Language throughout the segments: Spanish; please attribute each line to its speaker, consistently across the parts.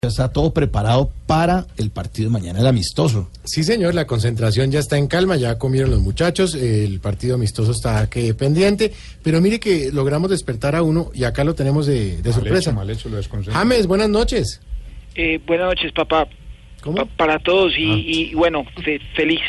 Speaker 1: Está todo preparado para el partido de mañana, el amistoso.
Speaker 2: Sí, señor, la concentración ya está en calma, ya comieron los muchachos, el partido amistoso está que pendiente, pero mire que logramos despertar a uno y acá lo tenemos de, de
Speaker 3: Mal
Speaker 2: sorpresa.
Speaker 3: hecho, mal hecho, lo desconcentra.
Speaker 2: James, buenas noches.
Speaker 4: Eh, buenas noches, papá.
Speaker 2: ¿Cómo? Ah.
Speaker 4: Pa- para todos y, y, bueno, fe- feliz.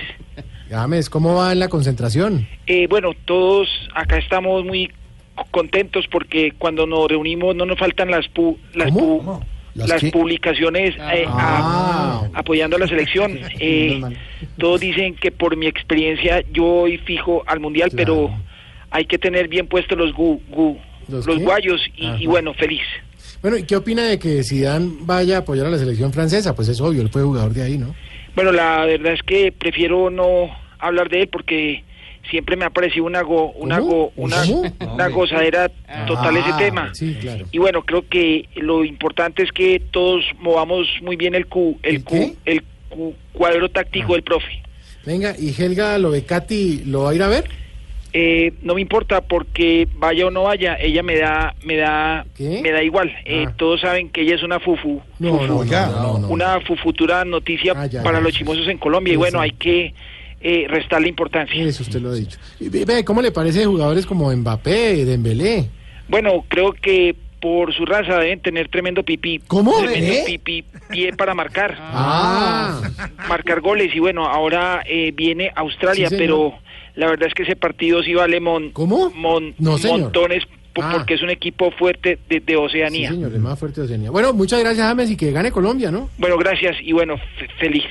Speaker 2: James, ¿cómo va en la concentración?
Speaker 4: Eh, bueno, todos acá estamos muy co- contentos porque cuando nos reunimos no nos faltan las pu- las,
Speaker 2: ¿Cómo?
Speaker 4: pu-
Speaker 2: ¿Cómo?
Speaker 1: ¿Las
Speaker 4: ¿Las,
Speaker 1: qué?
Speaker 4: publicaciones eh, a-
Speaker 2: Ah.
Speaker 4: apoyando a la selección. Eh,
Speaker 2: Menos mal.
Speaker 4: todos dicen que por mi experiencia yo hoy fijo al mundial,
Speaker 2: Claro.
Speaker 4: pero hay que tener bien puestos los gu, gu-
Speaker 2: ¿Los
Speaker 4: los,
Speaker 2: qué?
Speaker 4: guayos y-
Speaker 2: Ajá.
Speaker 4: y bueno, feliz.
Speaker 2: Bueno, ¿y qué opina de que Zidane vaya a apoyar a la selección francesa? Pues es obvio, él fue jugador de ahí, ¿no?
Speaker 4: Bueno, la verdad es que prefiero no hablar de él porque siempre me ha parecido una go- una
Speaker 2: ¿Cómo?
Speaker 4: go- una,
Speaker 2: ¿Cómo?
Speaker 4: una gozadera total
Speaker 2: Ah,
Speaker 4: ese tema.
Speaker 2: Sí, claro.
Speaker 4: Y bueno, creo que lo importante es que todos movamos muy bien el cu, el,
Speaker 2: ¿El
Speaker 4: cu-
Speaker 2: qué? Ah.
Speaker 4: el cu- cuadro táctico del profe.
Speaker 2: Venga, ¿y Helga Lovecati lo va a ir a ver?
Speaker 4: Eh, no me importa porque vaya o no vaya, ella me da me da
Speaker 2: ¿Qué?
Speaker 4: me da igual. Eh,
Speaker 2: Ah.
Speaker 4: todos saben que ella es una fufu.
Speaker 2: No, no, no,
Speaker 1: ya.
Speaker 2: no, no.
Speaker 4: una fu- futura noticia
Speaker 2: Ah, ya,
Speaker 4: para
Speaker 2: ya.
Speaker 4: los chimosos en Colombia
Speaker 2: Sí,
Speaker 4: y bueno,
Speaker 2: sí.
Speaker 4: hay que eh, restarle importancia.
Speaker 2: Eso usted lo ha dicho. Y ve- ve, ¿Cómo le parece de jugadores como Mbappé, Dembélé?
Speaker 4: Bueno, creo que por su raza deben tener tremendo pipí.
Speaker 2: ¿Cómo?
Speaker 4: Tremendo
Speaker 2: ¿Eh?
Speaker 4: pipí, pie para marcar.
Speaker 2: Ah,
Speaker 4: Marcar goles y bueno, ahora eh, viene Australia,
Speaker 2: Sí, señor.
Speaker 4: pero la verdad es que ese partido sí vale mon,
Speaker 2: ¿Cómo?
Speaker 4: mon-
Speaker 2: No, señor.
Speaker 4: montones po-
Speaker 2: Ah.
Speaker 4: porque es un equipo fuerte de, de
Speaker 2: sí,
Speaker 4: Oceanía.
Speaker 2: señor, el más fuerte de Oceanía. Bueno, muchas gracias, James, y que gane Colombia, ¿no?
Speaker 4: bueno, gracias y bueno, fe- feliz.